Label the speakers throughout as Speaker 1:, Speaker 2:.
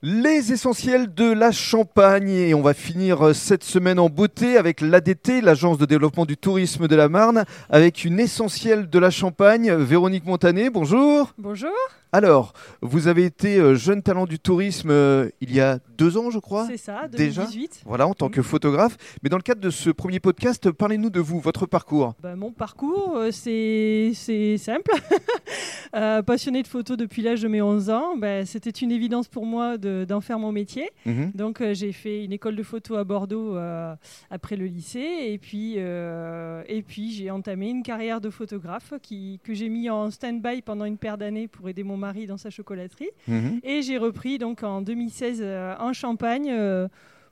Speaker 1: Les essentiels de la Champagne et on va finir euh, cette semaine en beauté avec l'ADT, l'agence de développement du tourisme de la Marne, avec une essentielle de la Champagne, Véronique Montané, bonjour.
Speaker 2: Bonjour.
Speaker 1: Alors, vous avez été euh, jeune talent du tourisme euh, il y a deux ans, je crois.
Speaker 2: C'est ça,
Speaker 1: Déjà
Speaker 2: 2018.
Speaker 1: Voilà, en tant que photographe. Mais dans le cadre de ce premier podcast, parlez-nous de vous, votre parcours.
Speaker 2: Bah, mon parcours, euh, c'est c'est simple. Euh, passionnée de photo depuis l'âge de mes 11 ans, bah, c'était une évidence pour moi de- d'en faire mon métier.
Speaker 1: Mhm.
Speaker 2: Donc euh, j'ai fait une école de photo à Bordeaux euh, après le lycée et puis, euh, et puis j'ai entamé une carrière de photographe qui, que j'ai mis en stand-by pendant une paire d'années pour aider mon mari dans sa chocolaterie.
Speaker 1: Mhm.
Speaker 2: Et j'ai repris donc en 2016 euh, en Champagne. euh,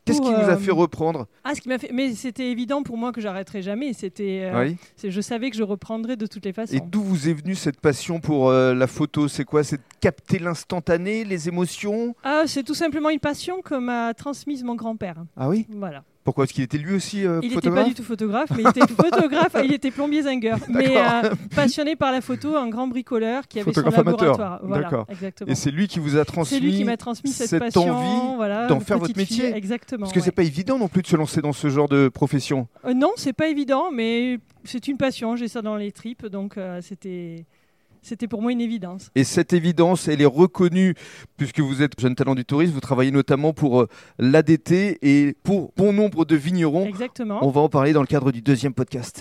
Speaker 1: Qu'est-ce
Speaker 2: pour,
Speaker 1: qui vous a
Speaker 2: euh,
Speaker 1: fait reprendre
Speaker 2: Ah, ce qui m'a fait... Mais c'était évident pour moi que j'arrêterais jamais. C'était, euh,
Speaker 1: Oui.
Speaker 2: c'est- Je savais que je reprendrais de toutes les façons.
Speaker 1: Et d'où vous est venue cette passion pour euh, la photo C'est quoi C'est de capter l'instantané, les émotions
Speaker 2: Ah, c'est tout simplement une passion que m'a transmise mon grand-père.
Speaker 1: Ah oui
Speaker 2: Voilà.
Speaker 1: Pourquoi Parce qu'il était lui aussi euh,
Speaker 2: Il n'était
Speaker 1: photographe
Speaker 2: pas du tout photographe, mais il était photographe, il était plombier zingueur, mais euh, passionné par la photo, un grand bricoleur qui avait son
Speaker 1: Photographe amateur.
Speaker 2: laboratoire. Voilà,
Speaker 1: D'accord.
Speaker 2: exactement.
Speaker 1: Et c'est lui qui vous a transmis.
Speaker 2: C'est lui qui m'a transmis cette,
Speaker 1: cette
Speaker 2: passion,
Speaker 1: envie
Speaker 2: voilà,
Speaker 1: d'en faire
Speaker 2: petite
Speaker 1: votre métier.
Speaker 2: fille, exactement.
Speaker 1: Parce que c'est
Speaker 2: ouais.
Speaker 1: pas évident non plus de se lancer dans ce genre de profession.
Speaker 2: Euh, non, c'est pas évident, mais c'est une passion. J'ai ça dans les tripes, donc euh, c'était, c'était pour moi une évidence.
Speaker 1: Et cette évidence, elle est reconnue puisque vous êtes jeune talent du tourisme. Vous travaillez notamment pour euh, l'ADT et pour bon nombre de vignerons.
Speaker 2: Exactement.
Speaker 1: On va en parler dans le cadre du deuxième podcast.